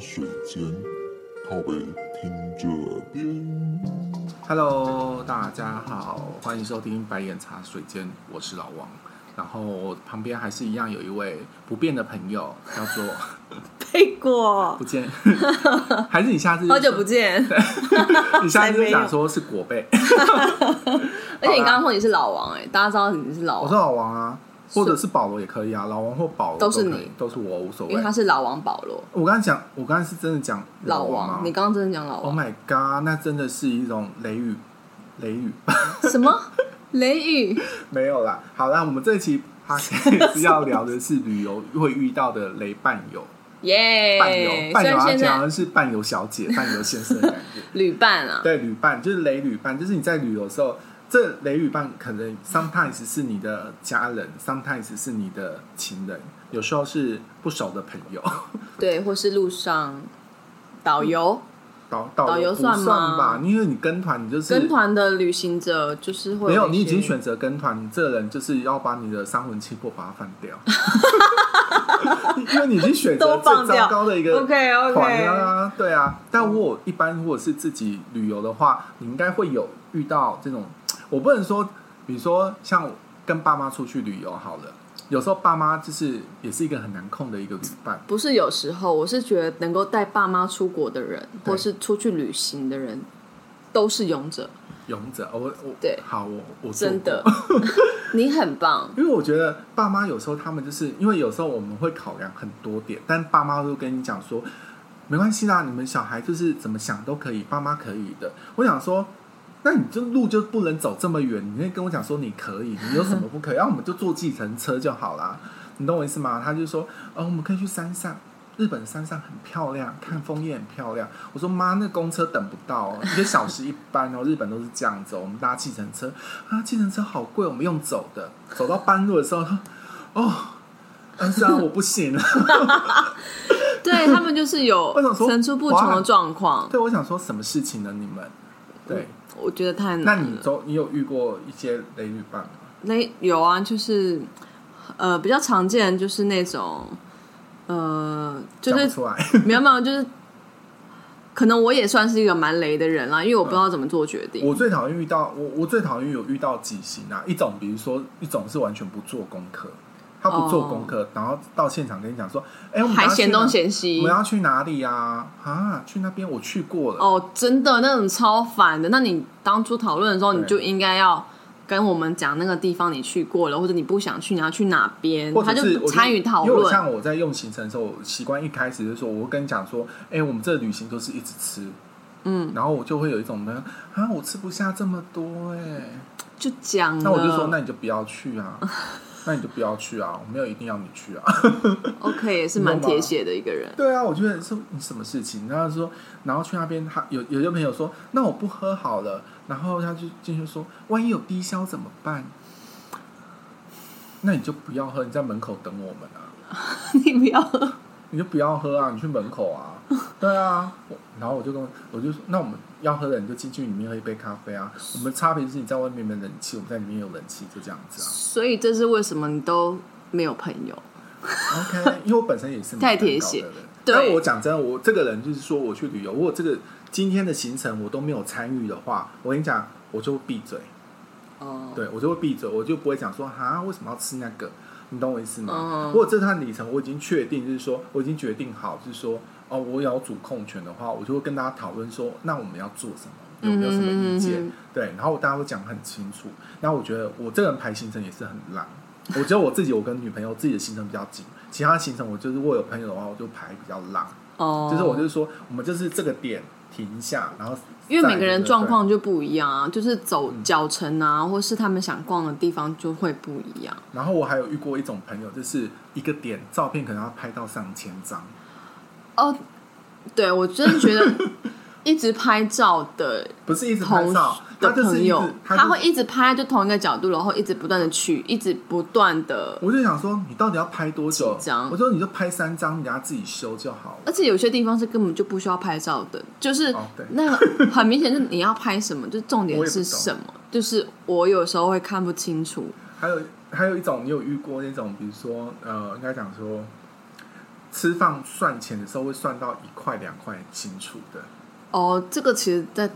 水间，靠北听这边。 Hello，大家好，欢迎收听白眼茶水间，我是老王。然后旁边还是一样有一位不变的朋友，叫 做贝果不，见， 还是你下次就 好久不见，你下次就才没有想说是果贝，而且你刚刚说你是老王哎、大家知道你是老我王，是老王啊，或者是保罗也可以啊，老王或保罗都是可你以，都是我无所谓因为。他是老王保罗，我刚才讲，我刚才是真的讲老王啊王，你刚刚真的讲老，Oh 王 my god，那真的是一种雷雨，雷雨 什么？雷雨没有啦。好啦，我们这一期 podcast 要聊的是旅游会遇到的雷伴友。耶伴游，伴虽游然啊，现讲在的是伴游小姐、伴游先生的感 觉。旅伴啊，对，旅伴就是雷旅伴，就是你在旅游的时候，这雷旅伴可能 sometimes 是你的家人，sometimes 是你的情人，有时候是不熟的朋友。对，或是路上导游嗯导导导游游不算吗吧，因为你跟团，你就是跟团的旅行者，就是会没有，一你已经些选择跟团，你这人就是要把你的三魂七魄把它放 掉， 因为你已经选择都放最掉糟糕的一个 OK 团 OK，啊，对啊。但如果一般如果是自己旅游的话，你应该会有遇到这种，我不能说，比如说像跟爸妈出去旅游好了，有时候爸妈就是也是一个很难控的一个旅伴。不是有时候，我是觉得能够带爸妈出国的人，对或是出去旅行的人，都是勇者，勇者，我我对好，我我做真过的， 你很棒。因为我觉得爸妈有时候他们就是因为有时候我们会考量很多点，但爸妈都跟你讲说，没关系啦，你们小孩就是怎么想都可以，爸妈可以的。我想说，那你这路就不能走这么远，你会跟我讲说你可以，你有什么不可以？然啊后我们就坐计程车就好啦，你懂我意思吗？他就说，哦，我们可以去山上。日本山上很漂亮，看枫叶很漂亮。我说妈，那公车等不到哦，一个小时一班哦。日本都是这样子、哦，我们搭计程车啊，计程车好贵，我们用走的。走到半路的时候，他哦，恩莎我不行了。 对他们就是 有我想说层出不穷的状 况，对，我想说什么事情呢？你们对，我觉得太那难你了。周你有遇过一些雷雨伴吗？那有啊，就是呃比较常见的就是那种呃就讲是不出来， 没有没有就是，可能我也算是一个蛮雷的人啦，因为我不知道怎么做决定。嗯我最讨厌遇到我，我最讨厌有遇到几型啊，一种比如说一种是完全不做功课，他不做功课，然后到现场跟你讲说，哎、我们等哦还下去嫌哪东嫌我西们要去哪里啊？啊，去那边我去过了，哦，真的那种超烦的。那你当初讨论的时候，对你就应该要跟我们讲那个地方你去过了，或者你不想去，你要去哪边，或他者就是不参与讨因为我论。像我在用行程的时候，我习惯一开始就说，我会跟你讲说，哎、我们这旅行都是一直吃，嗯，然后我就会有一种呢，啊，我吃不下这么多、哎，就讲了。那我就说，那你就不要去啊，那你就不要去啊，我没有一定要你去啊。 OK，也是蛮铁血的一个人。 对啊，我觉得是你什么事情？然后说，然后去那边，他有有些朋友说，那我不喝好了，然后他就进去说，万一有低消怎么办？那你就不要喝，你在门口等我们啊，你不要喝，你就不要喝啊，你去门口 啊，对啊。我然后我就跟我我就说，那我们要喝的你就进去里面喝一杯咖啡啊。我们差别是你在外面没冷气，我们在里面有冷气，就这样子 啊。所以这是为什么你都没有朋友？ OK，因为我本身也是蛮太铁胆高血的人。对但我讲真的，我这个人就是说，我去旅游，如果这个今天的行程我都没有参与的话，我跟你讲，我就闭嘴，哦，对我就会闭嘴，我就不会讲说哈，为什么要吃那个？你懂我意思吗？嗯如果这趟旅程我已经确定，就是说我已经决定好，就是说哦，我有主控权的话，我就会跟大家讨论说，那我们要做什么。有没有什么意见？嗯嗯嗯嗯对，然后大家会讲得很清楚。然后我觉得我这个人排行程也是很烂，我觉得我自己，我跟女朋友自己的行程比较紧，其他行程我就是如果有朋友的话，我就排比较烂。哦，就是我就是说，我们就是这个点停一下，然后因为每个再来人对状况就不一样啊，就是走脚程啊，嗯或是他们想逛的地方就会不一样。然后我还有遇过一种朋友，就是一个点照片可能要拍到上千张，哦，对我真的觉 得一直拍照的不是一直拍同照，他的就是朋一直友，他他就会一直拍，就同一个角度，然后一直不断的去，一直不断的，我就想说，你到底要拍多久？几张我说你就拍三张，你等下自己修就好了。而且有些地方是根本就不需要拍照的，就是哦对那个很明显是你要拍什么，就重我点也不懂是什么，就是我有时候会看不清楚，还有还有一种，你有遇过那种，比如说呃，应该讲说，吃饭算钱的时候会算到一块两块很清楚的。哦，这个其实在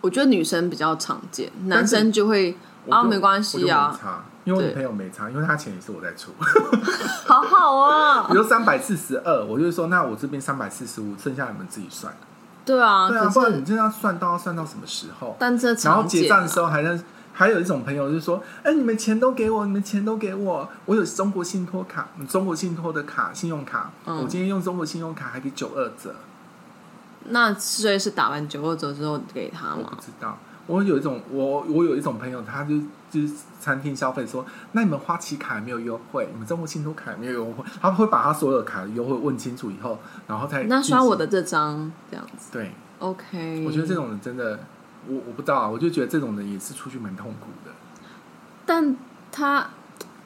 我觉得女生比较常见，但男是生就会啊我就没关系我啊就没差，因为我对女朋友没差，因为她钱也是我在出。好好啊 比，如三百四十二，我就说那我这边三百四十五，剩下你们自己算。对啊，对啊，不可然你是这样算到要算到什么时候？但这然后常结见账啊的时候还认，还有一种朋友就说：“哎、你们钱都给我，你们钱都给我，我有中国信托卡，嗯中国信托的卡，信用卡，嗯我今天用中国信用卡还给九二折，那所以是打完九二折之后给他我嘛不？知道。”我有一种我我有一种朋友，他就就是餐厅消费说，那你们花旗卡有没有优惠，你们中国信托卡有没有优惠，他会把他所有的卡的优惠问清楚以后，然后再那进刷行我的这嗯张这样子对， ，OK。我觉得这，种人真的，我我不知道啊，我就觉得这种人也是出去蛮痛苦的。但他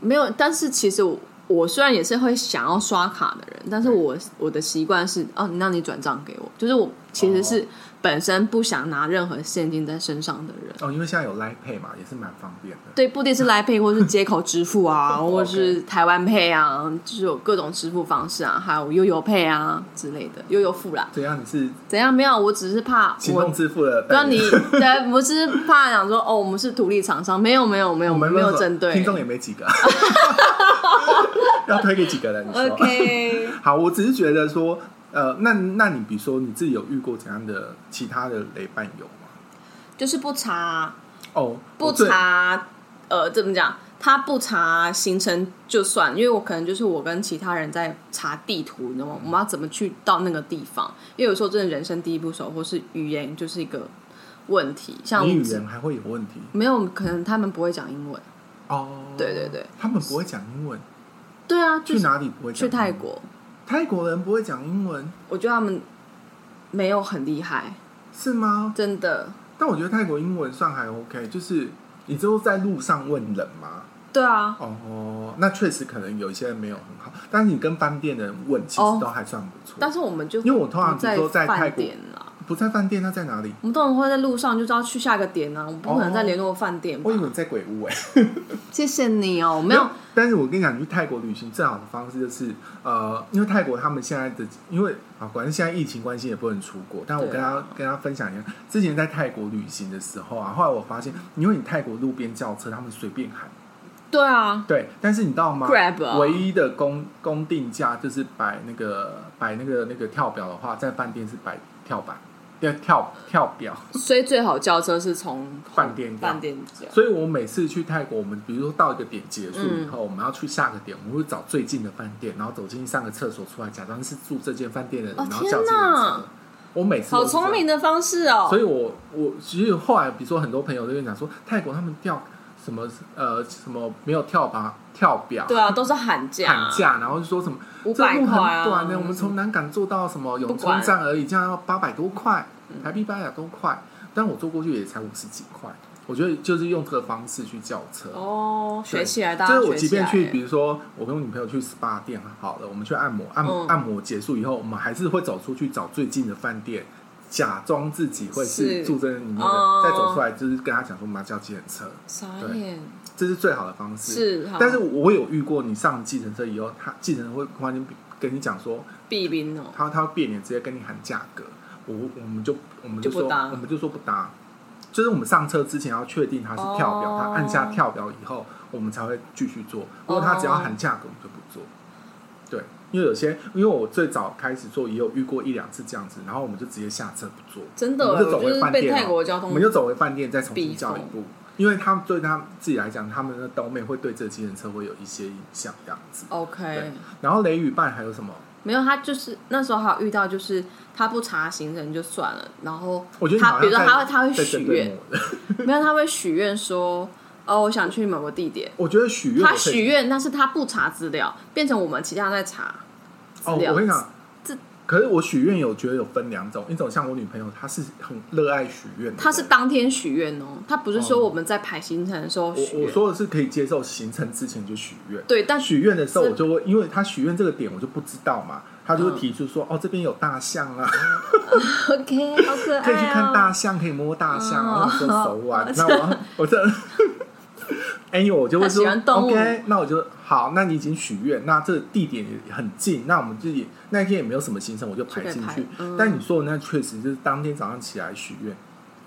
没有，但是其实我我虽然也是会想要刷卡的人，但是对我我的习惯是哦，那你转账给我，就是我其实是本身不想拿任何现金在身上的人。哦，因为现在有 Line Pay 嘛，也是蛮方便的。对，不一定是来 pay 或是接口支 付啊，哦 OK 或是台湾 pay 啊，就是有各种支付方式啊，还有悠游 pay 啊之类的，悠游付啦。怎样？你是怎样？没有，我只是怕行我动支付的不代要言人？你，对， 不是怕讲说哦，我们是独立厂商，没有没有没有，我我们们没有那时候针对听众也没几 个，要推给几个人？你说 OK，好，我只是觉得说，呃，那那你比如说你自己有遇过怎样的其他的雷伴友吗？就是不查哦，不哦对查，呃，怎么讲？他不查行程就算，因为我可能就是我跟其他人在查地图，你知道吗？我们要怎么去到那个地方？因为有时候真的人生地不熟，或是语言就是一个问题。像你我语只言还会有问题没有，可能他们不会讲英文。哦。对对对，他们不会讲英文，对啊，就去是哪里不会讲？去泰，国，泰国人不会讲英文我觉得他们没有很厉害，是吗？真的。但我觉得泰国英文算还 OK，就是你之后在路上问人嘛。对啊，哦，那确实可能有一些人没有很好，但是你跟饭店的人问，其实哦都还算不错。但是我们就因为我通常不在比如说在泰饭国店啦，不在饭店，那在哪里？我们通常会在路上就知道去下一个点啊，我们不可能再联络饭店吧我以。为你在鬼屋哎、谢谢你哦，没有，但是我跟你讲，你去泰国旅行最好的方式就是，呃，因为泰国他们现在的，因为啊，管是现在疫情关系也不能出国。但我跟他、对啊跟他分享一下，之前在泰国旅行的时候啊，后来我发现，因为你泰国路边叫车，他们随便喊，对啊对，但是你知道吗 Grab 啊唯一的公公定价就是摆那个摆那个那个跳表的话，在饭店是摆跳板，要跳跳表。所以最好叫车是从饭店叫饭店叫，所以我每次去泰国，我们比如说到一个点结束以后，我们要去下个点，我们会找最近的饭店，然后走进去上个厕所，出来假装是住这间饭店的人，哦然后天叫进哪车。我每次都好是这样聪明的方式哦所。以我我其实后来，比如说很多朋友都跟你讲说，泰国他们跳什么呃什么没有跳吧跳表，对啊，都是喊价，砍价，然后就说什么500这路很块啊短呢，我们从南港坐到什么永不春管站而已，这样要八百多块，台币八百多块，但我坐过去也才五十几块。我觉得就是用这个方式去叫车。哦，对学起来，大家就是我学即起便来去，比如说我跟我女朋友去 SPA 店好了，我们去按摩，按摩、嗯按摩结束以后，我们还是会走出去找最近的饭店，假装自己会是是住在里面的，哦再走出来就是跟他讲说我们要叫计程车，傻对眼这是最好的方式。是，好但是我有遇过，你上计程车以后，他计程车会突然间跟你讲说，避兵哦，他他会变脸，直接跟你喊价格，我我们就我们就就不说搭我们就说不搭，就是我们上车之前要确定他是跳表，哦他按下跳表以后，我们才会继续做。如果他只要哦喊价格，我们就不做。对，因为有些因为我最早开始做，也有遇过一两次这样子，然后我们就直接下车不做，真的，我我们就走就回是饭被店泰了，国的交我通们就走回饭店再重新避叫一风步。因为他们对他们自己来讲，他们的兜妹会对这个机人车会有一些影响，这样子。对 OK，然后雷雨伴还有什么？没有，他就是那时候还有遇到，就是他不查行程就算了，然后我觉得你他好像比如说在他会他会在许针对愿，我没有他会许愿说哦，我想去某个地点，我觉得许愿我他可以，许愿，但是他不查资料，变成我们其他人在查资哦，料。我跟你讲，这可是我许愿有觉得有分两种，一种像我女朋友，她是很热爱许愿的人，他是当天许愿哦，他不是说哦我们在排行程的时候许我我愿，说的是可以接受行程之前就许愿，对，但许愿的时候是我就会，因为她许愿这个点我就不知道嘛，她就会嗯提出说，哦这边有大象啊， OK 好可爱、哦，可以去看大象，可以摸大象，嗯 然后说手腕，哦那我 我这。哎、哎，我就会说他喜欢动物 OK，那我就好，那你已经许愿，那这个地点也很近，那我们自己那天也没有什么行程，我就排进就可以去排。嗯但你说的那确实就是当天早上起来许愿。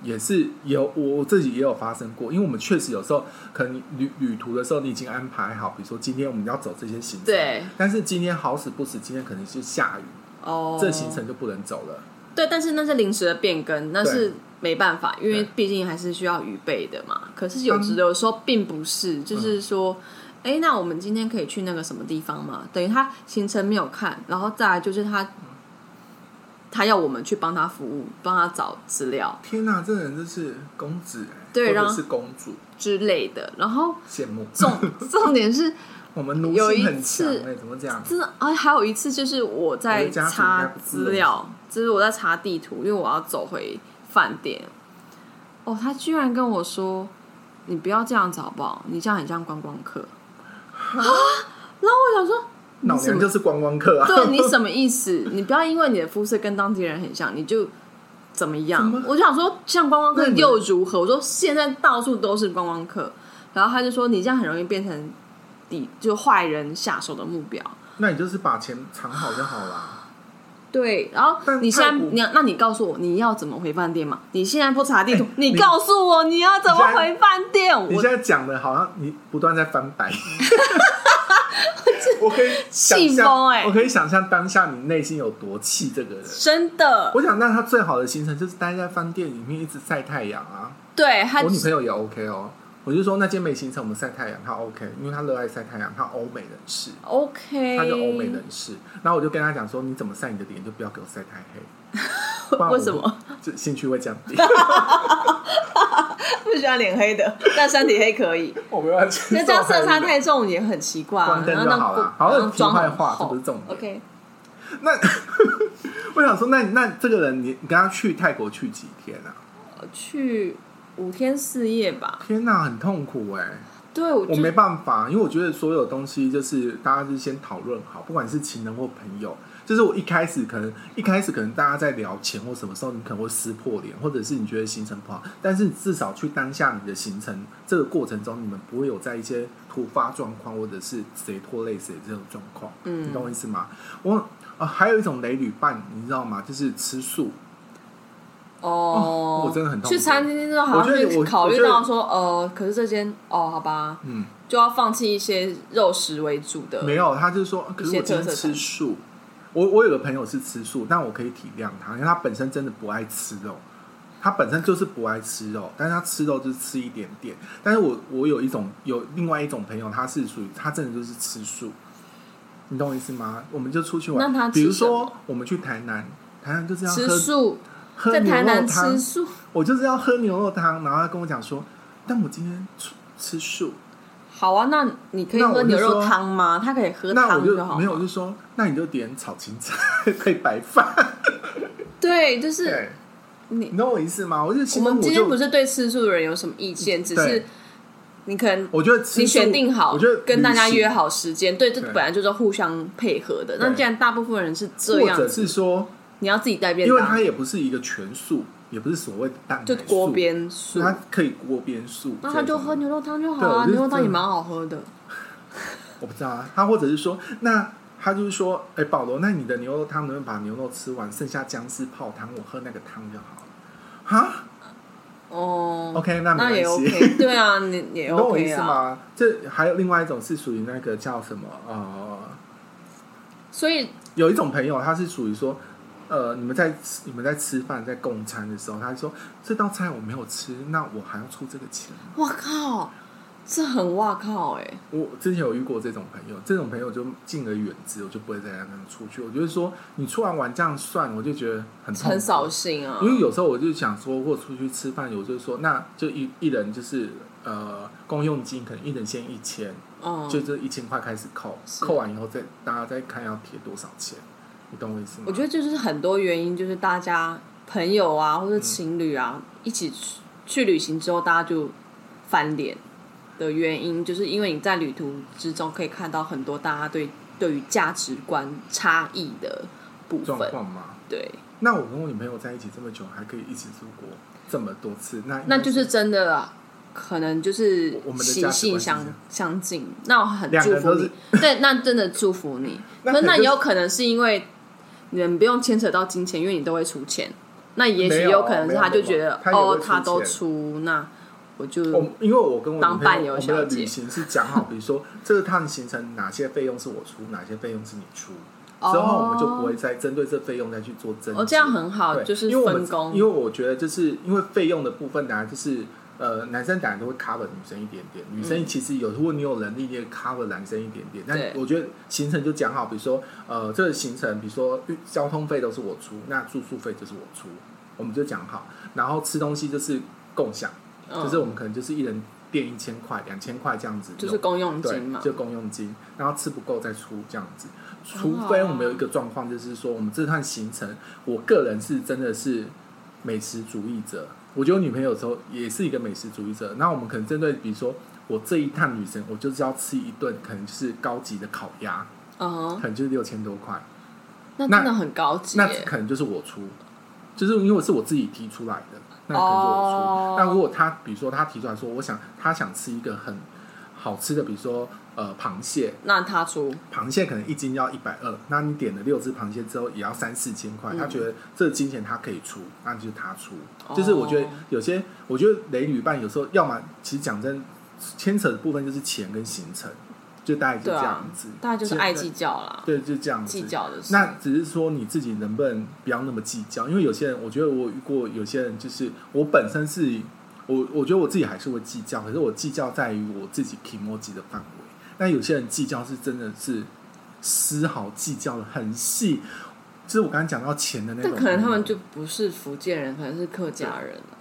也是有我我自己也有发生过，因为我们确实有时候可能旅旅途的时候，你已经安排好，比如说今天我们要走这些行程，对但是今天好死不死，今天可能是下雨，哦，这行程就不能走了。对，但是那是临时的变更，那是没办法，因为毕竟还是需要预备的嘛。可是有嗯时有时候并不是，就是说，哎、那我们今天可以去那个什么地方嘛？等于他行程没有看，然后再来就是他他要我们去帮他服务，帮他找资料天哪，这人真是公子、哎对或然者后是公主，之类的。然后羡慕。 重重点是，我们奴有一性很强次哎、怎么讲？真的啊，还有一次就是我我在的家族应该查不是资料，就是我在查地图，因为我要走回饭店。哦，他居然跟我说：“你不要这样子好不好？你这样很像观光客。”啊！然后我想说，老怎娘么就是观光客啊！ 对你什么意思？你不要因为你的肤色跟当地人很像，你就怎么样？怎么我就想说，像观光客那你又如何？我说现在到处都是观光客，然后他就说你这样很容易变成你就坏人下手的目标。 那你就是把钱藏好就好啦。对，然后但你现在泰国你要那你告诉我你要怎么回饭店嘛？你现在不查地图，你你告诉我你要怎么你现在回饭店？你我现在讲的好像你不断在翻 白，我可以想气象，疯哎我可以想象当下你内心有多气这个人。真的我想，那他最好的行程就是待在饭店里面一直晒太阳啊。对他我女朋友也 OK 哦，我就说那今天没行程，我们晒太阳，她 OK，因为她热爱晒太阳，她欧美人士， OK，她是欧美人士。然后我就跟她讲说，你怎么晒你的脸，就不要给我晒太黑。 不然我为什么？就兴趣会降 低。 不喜欢脸黑的，但身体黑可以。我没办法接 那受这样色差黑人太重也很奇怪、啊关，灯然后就那好啦不好然后题妆外很话厚这不是重点 OK，那我想说，那你那这个人你，你跟他去泰国去几天啊？我呃去五天四夜吧。天哪、很痛苦哎、对，我就我没办法，因为我觉得所有东西就是大家是先讨论好，不管是情人或朋友。就是我一开始可能一开始可能大家在聊钱或什么时候，你可能会撕破脸，或者是你觉得行程不好，但是你至少去当下你的行程这个过程中，你们不会有在一些突发状况或者是谁拖累谁这种状况，嗯你懂我意思吗？我啊、呃还有一种雷旅伴，你知道吗？就是吃素，哦我真的很痛苦去餐厅之后，好我像觉得就我考虑我觉得到说，呃，可是这间哦，好吧，嗯，就要放弃一些肉食为主的。没有，他就说，可是我今天特色吃餐素。我我有个朋友是吃素，但我可以体谅他，因为他本身真的不爱吃肉，他本身就是不爱吃肉，但是他吃肉就是吃一点点。但是我我有一种有另外一种朋友，他是属于他真的就是吃素，你懂我意思吗？我们就出去玩，那他吃比如什说我们去台南，台南就是要吃啊喝素，喝在牛台肉南吃汤，素，我就是要喝牛肉汤，然后他跟我讲说，但我今天吃吃素，好啊，那你可以那喝我就牛肉说汤吗？他可以喝那汤我就好没有，我吗。就说那你就点炒青菜配白饭，对，就是对，你你懂我意思吗？我就我心中们今天就不是对吃素的人有什么意见，只是对你可能我觉得吃素你选定好，我觉得跟大家旅行约，好时间，对，这对本来就是互相配合的。那对既然大部分人是这或样者子，是说，你要自己带便因为它当，也不是一个全素，也不是所谓的蛋白就素，锅，边素，它可以锅边素，那他就喝牛肉汤就好对我啊，就是牛肉汤也这蛮好喝的。我不知道啊，他或者是说，那他就是说，哎、保罗，那你的牛肉汤能不能把牛肉吃完，剩下姜丝泡汤，我喝那个汤就好了。哈哦，OK，那没那关系。 也 OK，对啊，你你也你懂我意 OK 思啊。吗？这还有另外一种是属于那个叫什么呃，所以有一种朋友他是属于说，呃，你们在吃你们在吃饭在共餐的时候，他说这道菜我没有吃，那我还要出这个钱吗？哇靠，这很哇靠哎、我之前有遇过这种朋友，这种朋友就敬而远之，我就不会再让他们出去。我就是说，你出完玩这样算，我就觉得很痛苦很扫兴啊。因为有时候我就想说，或出去吃饭，我就说，那就一一人就是呃公用金，可能一人先一千，嗯，就这一千块开始扣，是扣完以后再大家再看要贴多少钱，你懂我意思吗？我觉得就是很多原因，就是大家朋友啊或嗯者情侣啊、一起去去旅行之后，大家就翻脸的原因，就是因为你在旅途之中可以看到很多大家对对于价值观差异的部状分。况嘛。对，那我跟我女朋友在一起这么久，还可以一起出国这么多次，那那就是真的啊可能就是我我们的价值习观是性这相样相近，那我很两个祝人福都你。对，那真的祝福你。那可可那就是也有可能是因为你们不用牵扯到金钱，因为你都会出钱。那也许没也有有可能是他就觉得没有没有他也会哦出，他都钱出，那我就我因为我跟我当女朋友伴友我们小的姐旅行是讲好，比如说这趟行程哪些费用是我出，哪些费用是你出，之后我们就不会再针对这费用再去做争执。哦，这样很好，对就是因为我们分工。因为我觉得就是因为费用的部分，当然就是呃，男生当然都会 cover 女生一点点，女生其实有如果你有能力，你也 cover 男生一点点。但嗯对我觉得行程就讲好，比如说呃，这个行程，比如说呃交通费都是我出，那住宿费就是我出，我们就讲好。然后吃东西就是共享，嗯就是我们可能就是一人垫一千块、两千块这样子用，就是公用对金嘛，就公用金，然后吃不够再出这样子。除很好非啊我们有一个状况，就是说我们这趟行程，我个人是真的是美食主义者。我觉得我女朋友有时候也是一个美食主义者。那我们可能针对，比如说我这一趟旅程，我就是要吃一顿，可能就是高级的烤鸭，嗯哼，可能就是六千多块，那那真的很高级那耶。可能就是我出，就是因为是我自己提出来的，那可能就是我出。哦那如果他比如说他提出来说，我想他想吃一个很好吃的，比如说呃螃蟹，那他出，螃蟹可能一斤要一百二，那你点了六只螃蟹之后也要三四千块，嗯他觉得这个金钱他可以出，那就是他出。哦就是我觉得有些，我觉得雷旅伴有时候要么其实讲真，牵扯的部分就是钱跟行程，就大概就对这啊样子，，大家就是爱计较啦，对，就这样子计较的事。那只是说你自己能不能不要那么计较，因为有些人，我觉得我遇过有些人，就是我本身是，我我觉得我自己还是会计较，可是我计较在于我自己 e m o j i 的范围。那有些人计较是真的是丝毫计较的很细，就是我刚刚讲到钱的那但种。可能他们就不是福建人，可能是客家人啊。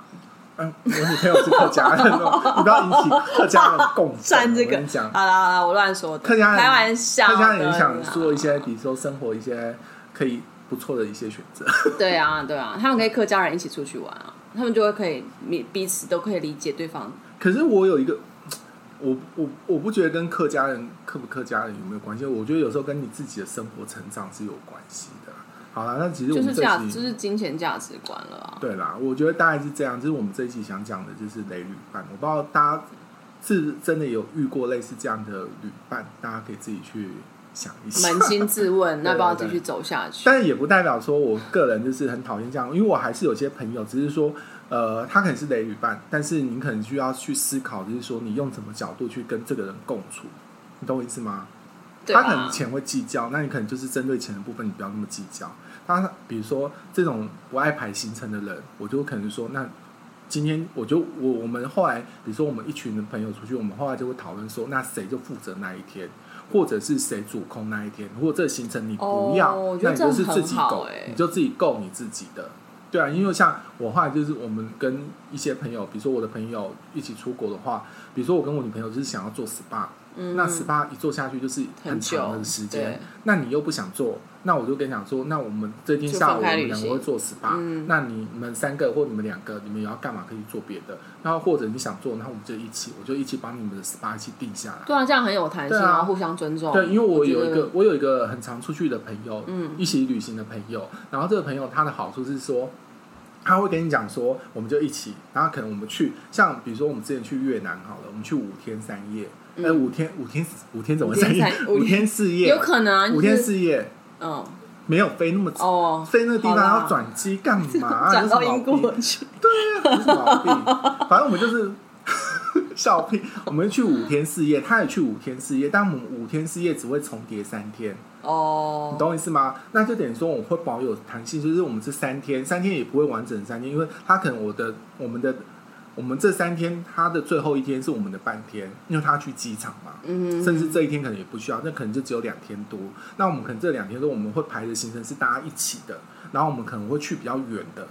嗯，我女朋友是客家人哦，你不要引起客家人的共 算振。这我个跟你，讲，好啦好啦，我乱说的，客家人开玩笑的客啦，家人也想啊做一些，比如说生活一些可以不错的一些选择。对啊，对啊，他们可以客家人一起出去玩啊，他们就会可以彼彼此都可以理解对方。可是我有一个，我我我不觉得跟客家人客不客家人有没有关系，我觉得有时候跟你自己的生活成长是有关系的啦。好啦，那其实我就们这是一价，集、就是金钱价值观了啊。对啦，我觉得大概是这样，就是我们这一期想讲的就是雷旅伴，我不知道大家是真的有遇过类似这样的旅伴，大家可以自己去想一下。扪心自 问，那对不要对继续走下去。但也不代表说我个人就是很讨厌这样，因为我还是有些朋友，只是说，呃，他可能是雷旅伴，但是你可能需要去思考，就是说你用什么角度去跟这个人共处，你懂我意思吗？对他可能啊，钱会计较，那你可能就是针对钱的部分，你不要那么计较。他比如说这种不爱排行程的人，我就可能说，那今天我就我我们后来，比如说我们一群的朋友出去，我们后来就会讨论说，那谁就负责那一天，或者是谁主控那一天，或者这个行程你不要，哦我觉那得你这就样是自己很好够，欸你就自己够你自己的。对啊，因为像我后来就是我们跟一些朋友，比如说我的朋友一起出国的话，比如说我跟我女朋友就是想要做 SPA，嗯那 SPA 一做下去就是很长很久的时对间，那你又不想做，那我就跟你讲说，那我们这天就下午分我开们旅两行个会做 SPA，、嗯那你们三个或你们两个，你们有要干嘛可以做别的，然后或者你想做，那我们就一起，我就一起帮你们的 SPA 一起定下来。对啊，这样很有弹对性啊互相尊重。对，因为我有一哦觉得个，我有一个很常出去的朋友，嗯一起旅行的朋友。然后这个朋友他的好处是说，他会跟你讲说，我们就一起，然后可能我们去，像比如说我们之前去越南好了，我们去五天三夜，嗯呃，五天五天五天怎么五会天三夜？三五五天四夜，有可能啊，五天就是四夜嗯没有飞那么。哦， 飞那个地方好啦要转机干嘛、啊？ 转到有什么毛英病国去。有什么毛病？反正我们就是 笑屁，我们去五天四夜，他也去五天四夜，但我们五天四夜只会重叠三天，哦你，懂我意思吗？那就等于说我会保有弹性，就是我们这三天，三天也不会完整三天，因为他可能我的我们的我们这三天，他的最后一天是我们的半天，因为他去机场嘛。嗯，甚至这一天可能也不需要，那可能就只有两天多。那我们可能这两天多，我们会排的行程是大家一起的，然后我们可能会去比较远的，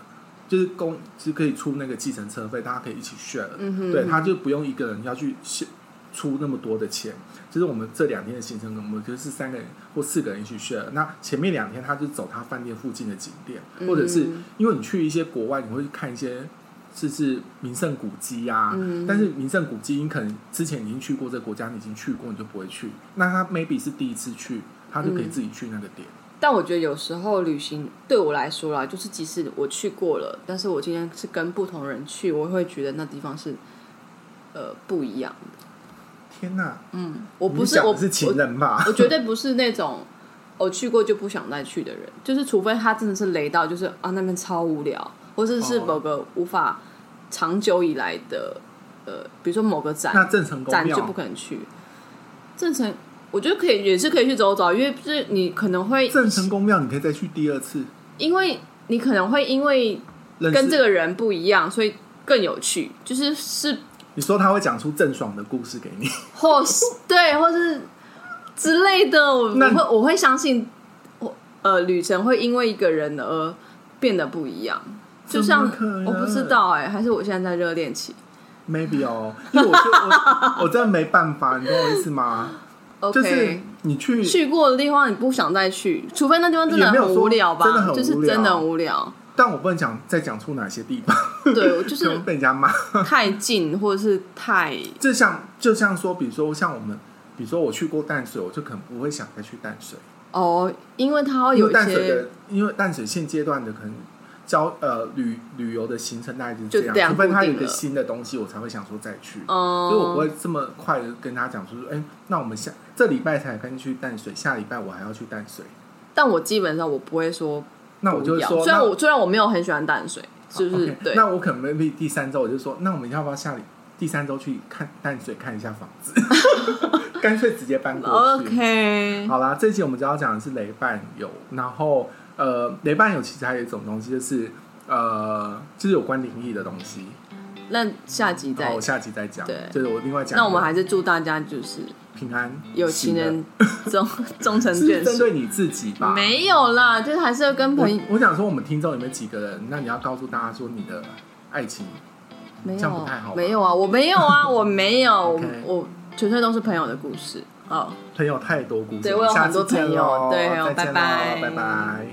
就是公是可以出那个计程车费，大家可以一起 share。嗯哼对，他就不用一个人要去出那么多的钱。就是我们这两天的行程，我们就是三个人或四个人一起 share。那前面两天他就走他饭店附近的景点，或者是嗯因为你去一些国外，你会去看一些就是名胜古迹呀、嗯但是名胜古迹，你可能之前已经去过这个国家，你已经去过，你就不会去。那他 maybe 是第一次去，他就可以自己去那个点。但我觉得有时候旅行对我来说啦，就是即使我去过了，但是我今天是跟不同人去，我会觉得那地方是呃不一样。天哪，我你不是讲我的是情我人吧？我绝对不是那种我去过就不想再去的人，就是除非他真的是雷到，就是啊那边超无聊，或者是哦某个无法长久以来的呃，比如说某个展，那郑成功展就不庙可能去。郑成，我觉得可以，也是可以去走啊走，因为就是你可能会，郑成功庙，你可以再去第二次，因为你可能会因为认识跟这个人不一样，所以更有趣，就是是你说他会讲出郑爽的故事给你，或是对，或是之类的，我那我会我会相信，我呃旅程会因为一个人而变得不一样。就怎像么可能我不知道哎、还是我现在在热恋期。 maybe 哦，因为我就我 我真的没办法，你懂我意思吗？ OK，、就是你去去过的地方你不想再去，除非那地方真的也没有很说无聊吧，真的很就无是聊真的很无聊。但我不能讲再讲出哪些地方，对，我就可 是能被人家骂。太近或者是太就像就像说，比如说像我们，比如说我去过淡水，我就可能不会想再去淡水，哦，因为它会因有为一淡水些的，因为淡水现阶段的可能交呃旅旅游的行程大概就是就这样除非它有一固定个了新的东西，我才会想说再去。嗯，所以我不会这么快的跟他讲说，哎、那我们下这礼拜才跟去淡水，下礼拜我还要去淡水。但我基本上我不会说那我就不会要，说，虽然那我虽然我没有很喜欢淡水，就是 OK，对，那我可能 maybe 第三周我就说，那我们要不要下礼第三周去看淡水看一下房子， 干脆直接搬过去。 OK，好啦，这期我们就要讲的是雷伴游，然后呃，雷伴游其实还有一种东西就是呃，就是有关灵异的东西，那下集然后再我。下集再讲。对就是我另外讲一个。那我们还是祝大家就是平安有情人终 终成喜乐是眷针属。对你自己吧？没有啦，就是还是要跟朋友我我想说，我们听众有没有几个人？那你要告诉大家说你的爱情，没这样不太好吧有没有啊，我没有啊，我没有 OK，我纯粹都是朋友的故事哦。朋友太多故事，对我有下很多次见朋友咯对再哦见拜咯拜拜拜。